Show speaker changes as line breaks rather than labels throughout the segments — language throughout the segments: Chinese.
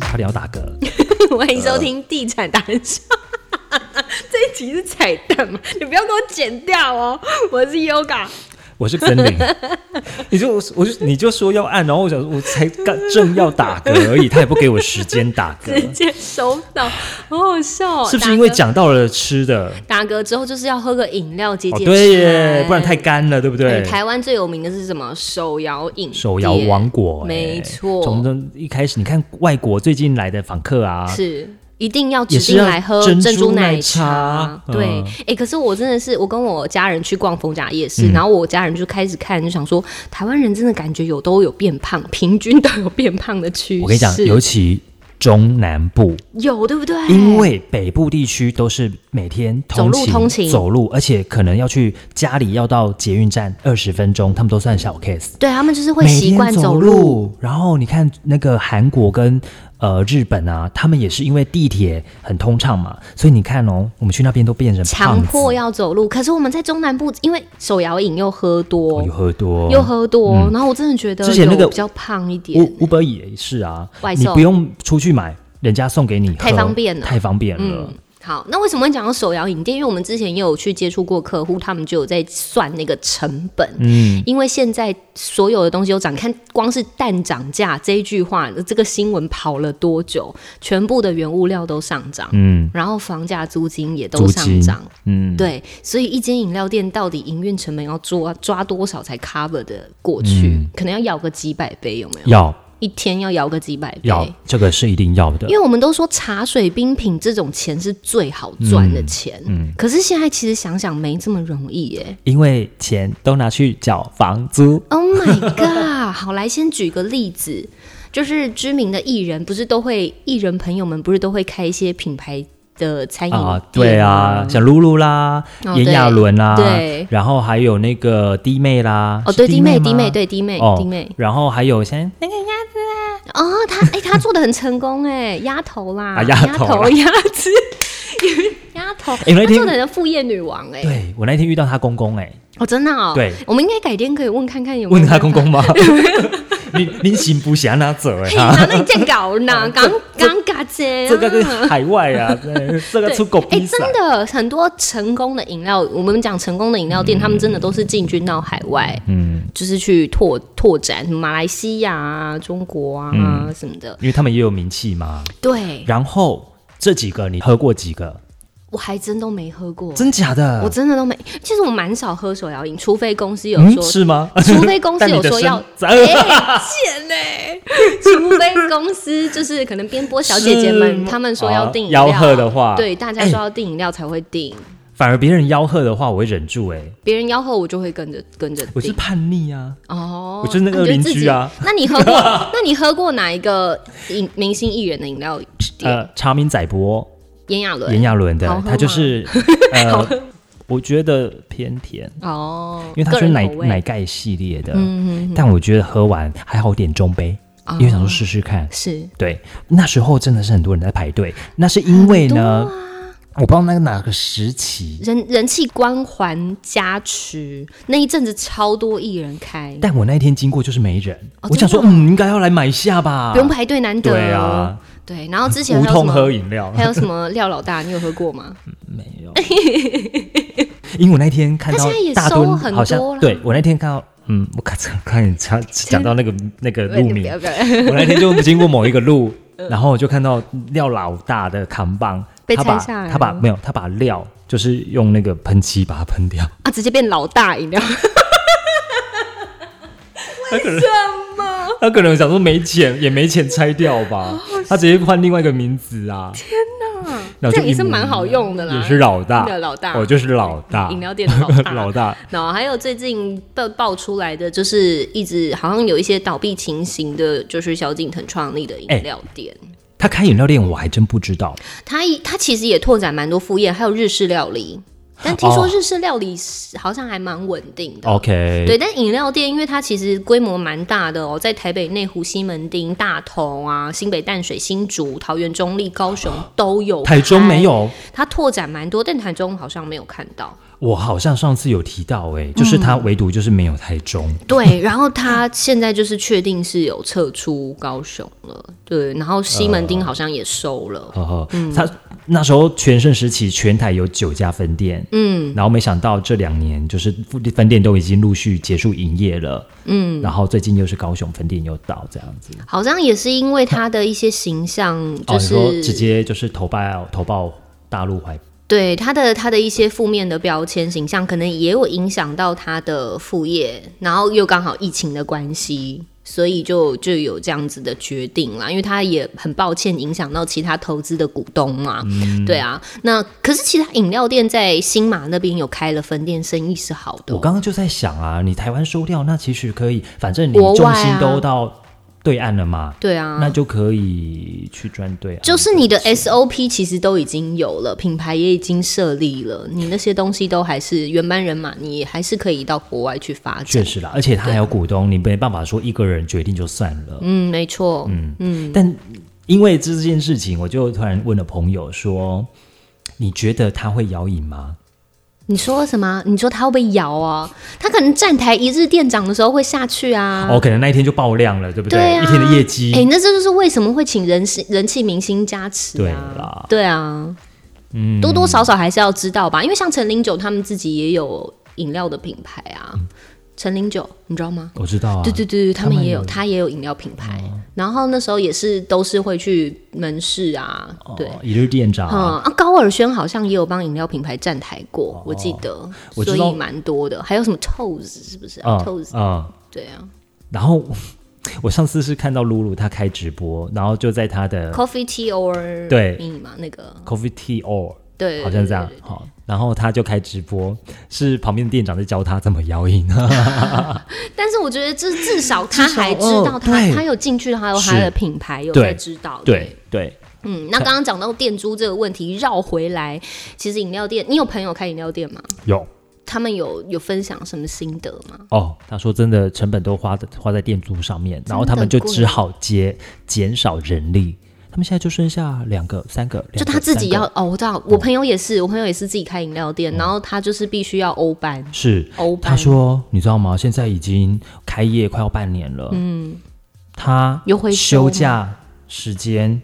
差点要打嗝。
欢迎
嗯
收听《地产达人秀》 这一集是彩蛋嘛？你不要给我剪掉哦！我是 Yoga，
我是森林， 你就我就你就说要按，然后我想我才刚正要打嗝 而已，他也不给我时间打嗝，
直接收到，好好笑哦！
嗯是不是因为
打嗝
讲到了吃的？
打嗝之后就是要喝个饮料解
哦，
解
对耶
馋，
不然太干了，对不
哎
对？
台湾最有名的是什么？手摇饮店，
手摇王国、哎
没错
从这一开始，你看外国最近来的访客啊，
是一定要指
也是
定
要
来喝
珍
珍
珠
珠奶
奶茶
对，
嗯
哎、可是我真的是，我跟我家人去逛逢甲夜市，
嗯
然后我家人就开始看，就想说，台湾人真的感觉有都有变胖，平均都有变胖的趋势。
我跟你讲，尤其中南部，
有对不对？
因为北部地区都是每天通
哎走路通勤
走路，而且可能要去家里要到捷运站二十分钟，他们都算小 case。
对他们就是会
每
习
天
惯
走
路。
路，然后你看那个韩国跟呃日本啊，他们也是因为地铁很通畅嘛，所以你看哦，我们去那边都变成
强
胖子，
迫要走路，可是我们在中南部，因为手摇饮又喝多，
哦有喝多，
又喝多，然后我真的觉得
嗯之前那个
有比较胖一点，
五五百也是啊
外，
你
送
不用出去买，人家送给你喝，
太方便了
太方便了。
好，那为什么会讲到手摇饮店？因为我们之前也有去接触过客户，他们就有在算那个成本。
嗯，
因为现在所有的东西都涨，看光是蛋涨价这一句话，这个新闻跑了多久？全部的原物料都上涨，
嗯，
然后房价、租金也都
租
上
金
涨。，
嗯，
对，所以一间饮料店到底营运成本要抓抓多少才 cover 的过去？
嗯
可能要摇个几百杯，有没有？
要
一天要摇个几百杯，
要，这个是一定要的
因。为我们都说茶水冰品这种钱是最好赚的钱，
嗯
可是现在其实想想没这么容易耶。
因为钱都拿去缴房租，
Oh my god！好，来先举个例子，就是知名的艺人，不是都会艺人朋友们不是都会开一些品牌的餐饮
啊，对
店
啊
吗，
像露露啦、
哎哦
炎亚纶啦，
对
然后还有那个弟妹啦，
哦，
是
对，弟妹，
吗
弟妹，，对，弟妹，
哦，
哎弟妹，哎
然后还有像那个
哦，他哎、他做的很成功哎， 丫头啦，
啊丫头
头，
啦哎
丫子， 丫头，
我那
他
天
做的很副业女王哎，
对我那天遇到她公公，哎，
哦，真的哦，
对，
我们应该改天可以问看看有没有
问她公公吗？ 你你行不行拿走哎
嘿，
哈
哪能这 搞呢？尴尴尬姐啊！
这个跟海外 啊，对这个出狗啊
哎、
比赛，
真的很多成功的饮料，我们讲成功的饮料店，他们真的都是进军到海外，
嗯，
就是去拓拓展马来西亚啊、中国啊、
嗯
什么的。
因为他们也有名气嘛。
对，
然后这几个你喝过几个？
我还真都没喝过，
真假
我
的？
真的都没。其实我蛮少喝手摇饮，除非公司有
嗯，
说，
是吗？
除非公 司
但你
有
的
说要哎
身。呃
贱嘞、除非公司就是可能边播小姐姐
是
们，
吗
他们说要
啊
订饮料，
吆喝的话
对，大家
哎
说要订饮料才会订。
反而别人吆喝的话，我会忍住、哎，
别人吆喝我就会跟着跟着
我是
订
叛逆啊，
哦，
我就是那个
你
邻
自己
居啊。
那你 喝过？那你喝过哪一个饮明星艺人的饮料店？
呃，查明载博，
炎亚纶
炎亚纶的
好喝，吗
他 就是呃，我觉得偏甜，
哦，
因为它
个
是
人
奶
口味
奶盖系列的，
嗯
但我觉得喝完还好点中杯，
哦
因为想说试试看。
是
对，那时候真的是很多人在排队，那是因为呢，
啊
我不知道那个哪个时期，
人人气光环加持那一阵子超多艺人开，
但我那一天经过就是没人，
哦
我想说，
真的
嗯，应该要来买一下吧，
不用排队难得
对啊，
对，然后之前
无
还有什
痛喝
么？
饮料，
还有什么廖老大，你有喝 过吗？
没有，因为我那天看到
他现在也
大
收
墩
很
好像
多啦
对我那天看到，嗯，我看 看你讲讲到那个那个路
不
名，
要不要，
我那天就经过某一个路，然后我就看到廖老大的扛棒，
嗯被
他
拆
把
下来
他把
了
没有，他把料就是用那个喷漆把它喷 掉，
啊，直接变老大饮料，
他可能什么？他可能想说没钱也没钱拆掉
哦
吧，他直接换另外一个名字啊！天哪，
这样也是蛮好用的啦
也是老大
对，老大
我就是老大，
饮料店的老大
老大，
然后还有最近被爆出来的，就是一直好像有一些倒闭情形的，就是萧敬腾创立的
哎
饮料店。
他开饮料店我还真不知道，
他一他其实也拓展蛮多副业，还有日式料理。但听说
哦
日式料理是好像还蛮稳定的。
OK，
哦对，但饮料店因为它其实规模蛮大的哦，在台北内湖、西门町、大同啊、新北淡水、新竹、桃园中立、高雄都有，
台中没，有，
它拓展蛮多，但台中好像没有看到。
我好像上次有提到、欸，哎，就是它
嗯
唯独就是没有台中。
对，然后他现在就是确定是有撤出高雄了，对，然后西门
呃
町好像也收了，
哦，
嗯
他那时候全盛时期，全台有九家分店，嗯，然后没想到这两年就是分店都已经陆续结束营业了，嗯，然后最近又是高雄分店又倒这样子，
好像也是因为他的一些形象，就
哦，你说直
是、
接就是投报投报大陆怀
对他的他的一些负面的标签形象，可能也有影响到他的副业，然后又刚好疫情的关系。所以就就有这样子的决定啦，因为他也很抱歉影响到其他投资的股东嘛，
嗯
对啊。那可是其他饮料店在新马那边有开了分店，生意是好的哦、
我刚刚就在想啊，你台湾收掉，那其实可以，反正你
国外
重
啊
心都到对岸了嘛，
对啊，
那就可以去赚对岸。
就是你的 SOP 其实都已经有了，品牌也已经设立了，你那些东西都还是原班人马，你还是可以到国外去发
确
展。
实啦，而且他还有股东，你没办法说一个人决定就算了。
嗯，没错。嗯
但因为这件事情，我就突然问了朋友说：“你觉得他会摇饮吗
你说什么？你说他会不会摇啊？他可能站台一日店长的时候会下去？”啊。
哦，可能那一天就爆量了，对不
对啊
一天的业绩。
哎、那这就是为什么会请人气人气明星加持
对
啊
啦？
对啊，嗯，多多少少还是要知道吧，因为像陈零九他们自己也有饮料的品牌啊。陈零九，你知道吗？
我知道啊，
对对对，他
他
们
们
也有，
有哦
他也有饮料品牌。然后那时候也是都是会去门市啊，
哦
对。
一日店长、
嗯啊，高尔宣好像也有帮饮料品牌站台过，我记得，
哦我
所
知道
以蛮多的。还有什么 Toes 是不是、啊
嗯
t o e s
嗯
对啊
然后 我上次是看到露露她开直播，然后就在她的
，Coffee Tea or
对
Me 嘛，那个
Coffee Tea or
对，
好像是这样
对对对
好、然后她就开直播，是旁边的店长在教她怎么摇饮。
但是我觉得这至少他还知道
哦
他、
对
他有进去，还有他的
是
品牌有
对
在知道，
对对，
嗯，那刚刚讲到店租这个问题，绕回来，其实饮料店，你有朋友开饮料店吗？
有
他们有有分享什么心得吗？
哦。她说真的，成本都花的花在店租上面，然后他们就
真的
只好接减少人力。他们现在就剩下两个、三个，两
就
个
他自己
三
要
个嗯
哦，我知道，我朋友也是，我朋友也是自己开饮料店，然后他就是必须要欧班，
是
欧班
他说，你知道吗？现在已经开业快要半年了，嗯，他
有回收吗
休假时间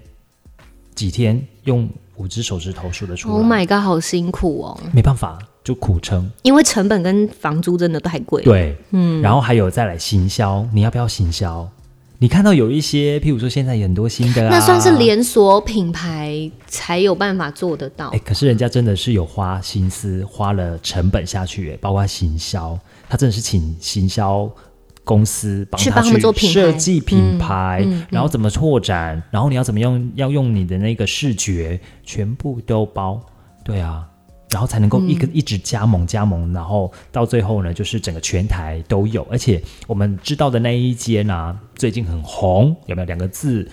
几天，用五只手指头数得出来。
，Oh my god，好辛苦哦，
没办法，就苦撑。
因为成本跟房租真的太贵，，
对，嗯，然后还有再来行销，你要不要行销？你看到有一些，譬如说现在有很多新的、啊，
那算是连锁品牌才有办法做得到
哎、，可是人家真的是有花心思，花了成本下去，哎，包括行销，他真的是请行销公司帮
去
他
帮他们做品牌
设计品
嗯
牌，然后怎么拓展，然后你要怎么用，要用你的那个视觉，全部都包，对啊。然后才能够一个
嗯
一直加盟加盟，然后到最后呢，就是整个全台都有，而且我们知道的那一间啊，最近很红，有没有两个字？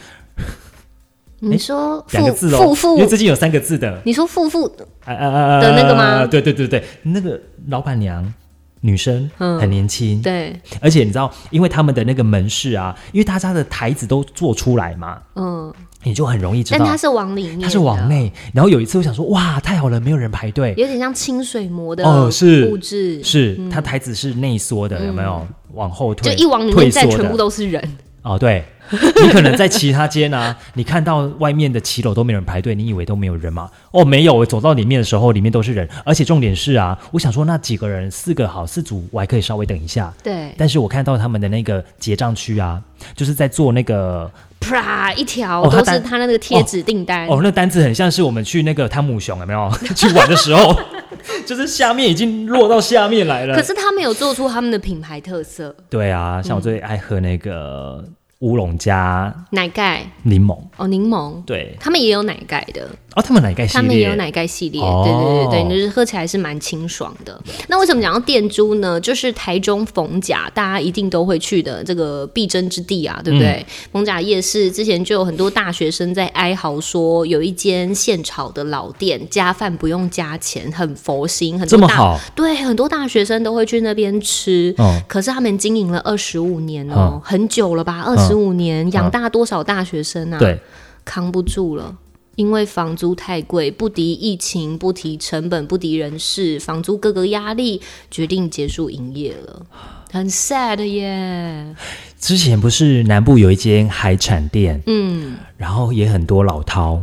你说
两个
富
字哦，
富
因为最
富，
近有三个字的，
你说富富
啊啊啊啊
的那个吗
对对对对，那个老板娘女生
嗯
很年轻，
对，
而且你知道，因为他们的那个门市啊，因为大家的台子都做出来嘛，
嗯，
你就很容易知
但
道
它是啊往里面，
它是往，内。然后有一次我想说，哇，太好了，没有人排队，
有点像清水模的
哦是
布置，
是它台子是内缩的，有没有？往后
嗯就
退，
一往里面
退
站
缩
全
的
部都是人。
哦，对，你可能在其他街呢，你看到外面的骑楼都没有人排队，你以为都没有人吗？哦，没有，我走到里面的时候，里面都是人，而且重点是啊，我想说那几个人，四个好，四组我还可以稍微等一下，
对，
但是我看到他们的那个结账区啊，就是在做那个
啪一条
哦
都
他
是
单
他那个贴纸订单，
哦，那单子很像是我们去那个汤姆熊有没有 去玩的时候， 就是下面已经落到下面来
可
了。
是他们有做出他们的品牌特色，
对啊，像我最爱喝那个乌龙加
奶盖
柠檬，
哦，柠檬，
对，
他们也有奶盖的，
哦，他们哪一个系
他们也有
列？
奶盖系列，
哦
对对对对，就是喝起来是蛮清爽的。那为什么讲到店珠呢？就是台中逢甲，大家一定都会去的这个必争之地啊，对
嗯
不对？逢甲夜市之前就有很多大学生在哀嚎说，有一间现炒的老店，加饭不用加钱，很佛心，很多
这么
大
好，
对，很多大学生都会去那边吃。
嗯
可是他们经营了二十五年哦，
嗯
很久了吧？二十五年、养大多少大学生啊？
哦对，
扛不住了。因为房租太贵，不敌疫情，不提成本，不敌人事，房租各个压力，决定结束营业了， 很 sad 耶。
之前不是南部有一间海产店，
嗯，
然后也很多老饕，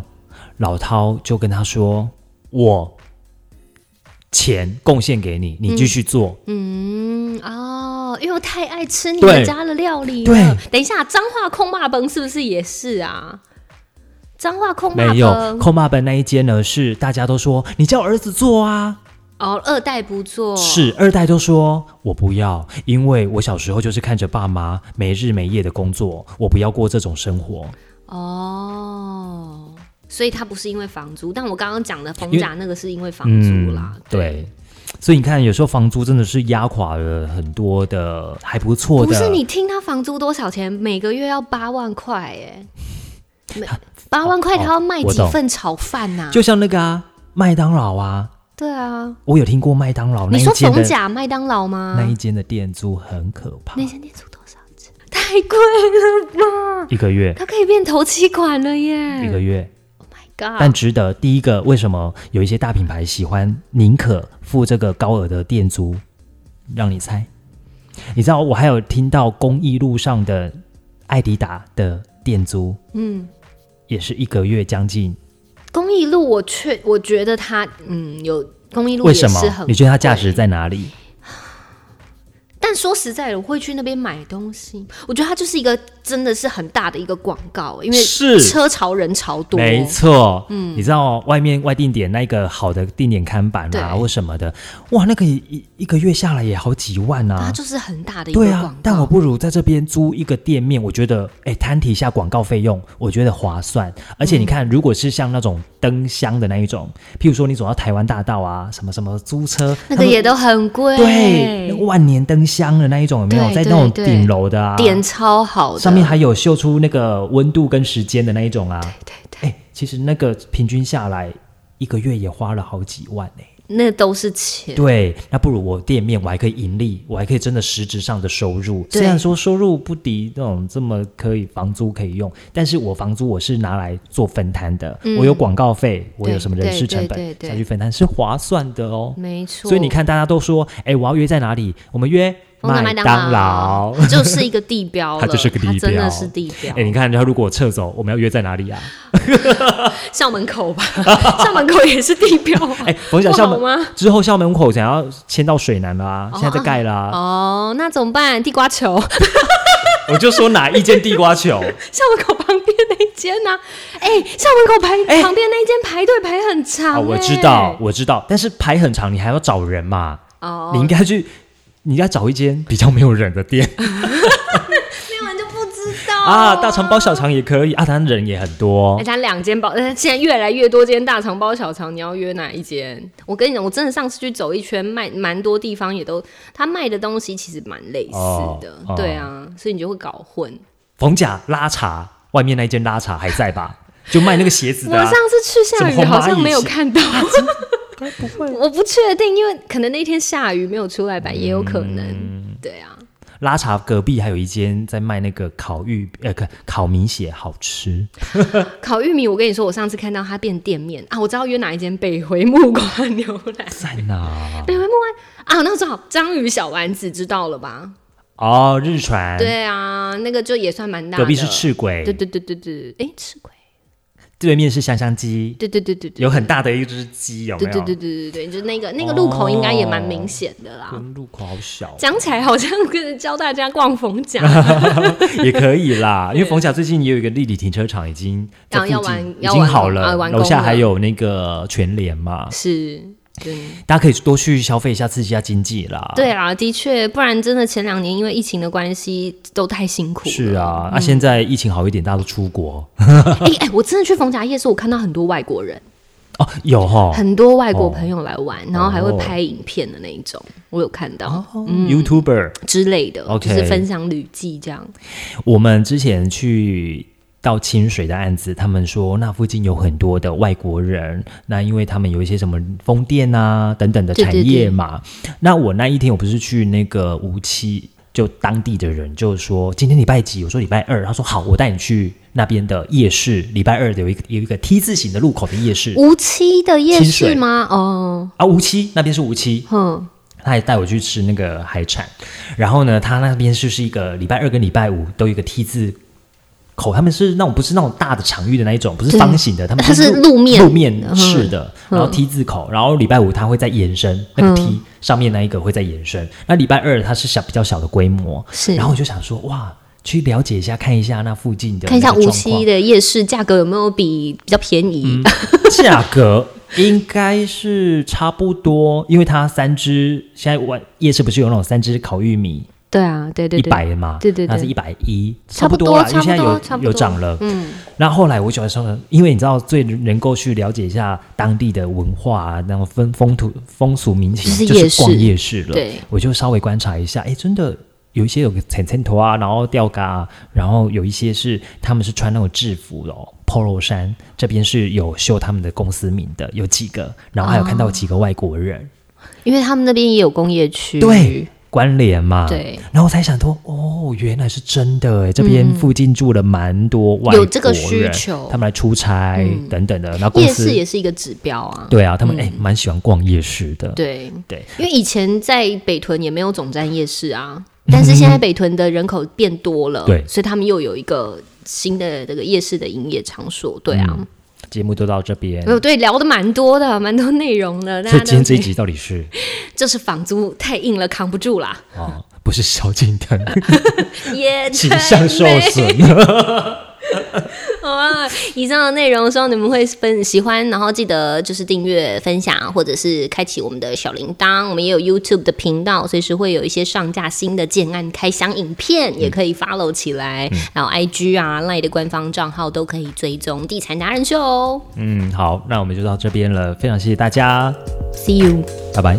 老饕就跟他说：“我钱贡献给你，你继续做。
嗯哦，因为我太爱吃你
对
们家的料理了
对。
等一下，彰化空霸崩是不是也是啊？彰化空霸
没有，
崩
扣骂本那一间呢是大家都说你叫儿子做啊，
哦，二代不做
是二代都说我不要，因为我小时候就是看着爸妈没日没夜的工作，我不要过这种生活。
哦，所以它不是因为房租，但我刚刚讲的
因
逢
为
甲那个是因为房租
嗯
啦，，
对。所以你看，有时候房租真的是压垮了很多的还不错的。
不是你听他房租多少钱，每个月要八万 块哎、每八万块他要卖
我
几
懂
份炒饭呐、
就像那个啊，麦当劳啊，
对啊，
我有听过麦当劳那
你
一
说
间
逢
的
甲麦当劳吗
那？一间的店租很可怕
那，间店租多少钱？太贵了吧！
一个月
它可以变头期款了
一 个
耶
月，
！Oh my god！
但值得。第一个，为什么有一些大品牌喜欢宁可付这个高额的店租？让你猜，你知道我还有听到公益路上的艾迪达的店租
嗯，
也是一个月将近，
公益路我确我觉得它嗯有公益路
为
也
什么
是很？
你觉得它价值
贵
在哪里？
但说实在的，我会去那边买东西。我觉得它就是一个真的是很大的一个广告，因为
是
车潮人潮多，
没错，嗯，你知道外面外定点那个好的定点看板啊
对
或什么的，哇，那个一一个月下来也好几万
它
啊。
就是很大的一个
对
广告。
啊，但我不如在这边租一个店面，我觉得，哎，摊提一下广告费用，我觉得划算。而且你看，如果是像那种灯箱的那一种，譬如说你走到台湾大道啊，什么什么租车，
那
他
个
们
也都很贵，
对那个万年灯箱的那一种有没有？
对
在那种
对
顶楼的啊，
点超好的，
上面还有秀出那个温度跟时间的那一种啊，
对对，
哎、其实那个平均下来一个月也花了好几万呢、
那都是钱。
对，那不如我店面我还可以盈利，我还可以真的实质上的收入。
对
虽然说收入不敌那种这么可以房租可以用，但是我房租我是拿来做分摊的，
嗯
我有广告费，我有
对
什么人
对
事成
对
本
对对
下去分摊是划算的哦。
没错，
所以你，看，大家都说，哎，我要约在哪里？我们约
麦
麦当
劳
劳。
就是一个地标了，
它就是个地标
它真的是地 标
哎，，你看，他如果撤走，我们要约在哪里啊？
校门口吧， 校门口也是地标啊。
哎，冯小
不
校
好
门
吗？
之后校门口想要迁到水南了啊，现在在盖了、啊。
哦，那怎么办？地瓜球，
我就说哪一间地瓜 球，
校门口旁边那一间呢、哎、校门口排、
哎
旁边那一间排队排很长、
啊，我知
哎
道，。我知道，但是排很长，你还要找人嘛？
哦，
你应该去，你应该找一间比较没有人的店
没有人就不知道
啊，大肠包小肠也可以啊，当然人也很多
哎，。它两间包， 呃，现在越来越多间大肠包小肠，你要约哪一间？我跟你讲，我真的上次去走一圈，卖蛮多地方也都，他卖的东西其实蛮类似的，
哦
对啊，所以你就会搞混。
冯甲拉茶外面那间拉茶还在 吧？就卖那个鞋子
我
的、啊
上。次去下
什么
雨
红蚂
好
蚁
像没有看到，
该不会
我不确定，因为可能那天下雨没有出来吧，也有可能。
嗯
对啊，
拉茶隔壁还有一间在卖那个烤玉呃烤烤米血，好吃。
烤玉米，我跟你说，我上次看到它变店面啊，我知道约哪一间北回木瓜牛奶，
在哪？
北回木瓜啊，那我知道章鱼小丸子知道了吧？
哦，日船。
对啊，那个就也算蛮大的。
隔壁是赤鬼，
对对对对对，哎，赤鬼，
对面是香香鸡，
对对对对对，
有很大的一只鸡，有没
对
有？
对对对对对，就那个那个路口应该也蛮明显的啦。
跟路口好小，
讲起来好像跟教大家逛逢甲，
也可以 啦。因为逢甲最近也有一个立体停车场，已经在
要要
附
完
近已
要
经
完
好
工
了
啊，完
楼下
工
还
了
有那个全联嘛，
是，对
大家可以多去消费一下，刺激一下经济啦。，
对啦，的确，不然真的前两年因为疫情的关系都太辛苦了。
是，啊。
嗯
那现在疫情好一点，大家都出国
哎哎，我真的去逢甲夜市，我看到很多外国人，
哦，有哈
很多外国朋友来
哦
玩，然后还会拍影片的那一种，我有看到
嗯，YouTuber。
之类的，就
哦 OK
是分享旅记这样。
我们之前去到清水的案子，他们说那附近有很多的外国人，那因为他们有一些什么风电啊等等的
对对
产业嘛。那我那一天我不是去那个无期就当地的人就说今天礼拜几？我说礼拜二，他说好，我带你去那边的夜市，礼拜二的有一个有一个 T 字形的路口的夜市
无期的夜
清水
市吗？哦，
啊，无期那边是无期，
哼，
他也带我去吃那个海产，然后呢，他那边就是一个礼拜二跟礼拜五都有一个 T 字口，他们是那种不是那种大的场域的那一种，不是
对
方形的，他们
它是
路
路面嗯
路面式的，然后 T 字口，然后礼拜五它会再延伸那个 T、上面那一个会再延伸，那礼拜二它是小比较小的规模，
是
然后我就想说哇，去了解一下，看一下那附近的
看一下
那个
无
状况嗯
期的夜市价格有没有比比较便宜？
价格应该是差不多，因为它三只现在晚夜市不是有那种三只烤玉米
对啊，对对
一
对，
百的嘛，
对对对
那是一百一，
差不
多
多
啦，因为现在
差不多
有
差不多
有涨了。
嗯，
那后来我喜欢说，因为你知道最能够去了解一下当地的文化啊，那种风风土风俗民情，就
就是
是
夜市
逛夜市了。
对，
我就稍微观察一下，哎，真的。有一些有个浅浅头啊，然后吊嘎、啊，然后有一些是他们是穿那种制服的哦，polo 衫，这边是有绣他们的公司名的，有几个，然后还有看到几个外国
哦
人，
因为他们那边也有工业区，
对，啊关联嘛，
对，
然后我才想说，哦，原来是真的哎，这边附近住了蛮多外国人，
有这个需求
他们来出差、
嗯
等等的，然后公
夜
司
市也是一个指标啊。
对啊，他们哎、蛮喜欢逛夜市的，
对，
对
因为以前在北屯也没有总站夜市啊，但是现在北屯的人口变多了，
对
所以他们又有一个新的这个夜市的营业场所。对啊，
嗯节目都到这边
没，有对聊的蛮多的，蛮多内容的。
嗯
大
所
家
以今
都
天这一集到底 是
就是房租太硬了，扛不住啦，
哦，不是萧敬腾
也
形
太
象受
美
损，
好啊，以上的内容希望你们会分喜欢，然后记得就是订阅、分享，或者是开启我们的小铃铛。我们也有 YouTube 的频道，随时会有一些上架新的建案开箱影片，也可以 follow 起来。然后 IG 啊、Line 的官方账号都可以追踪地产达人秀哦。
嗯，好，那我们就到这边了，非常谢谢大家，
See you，
拜拜。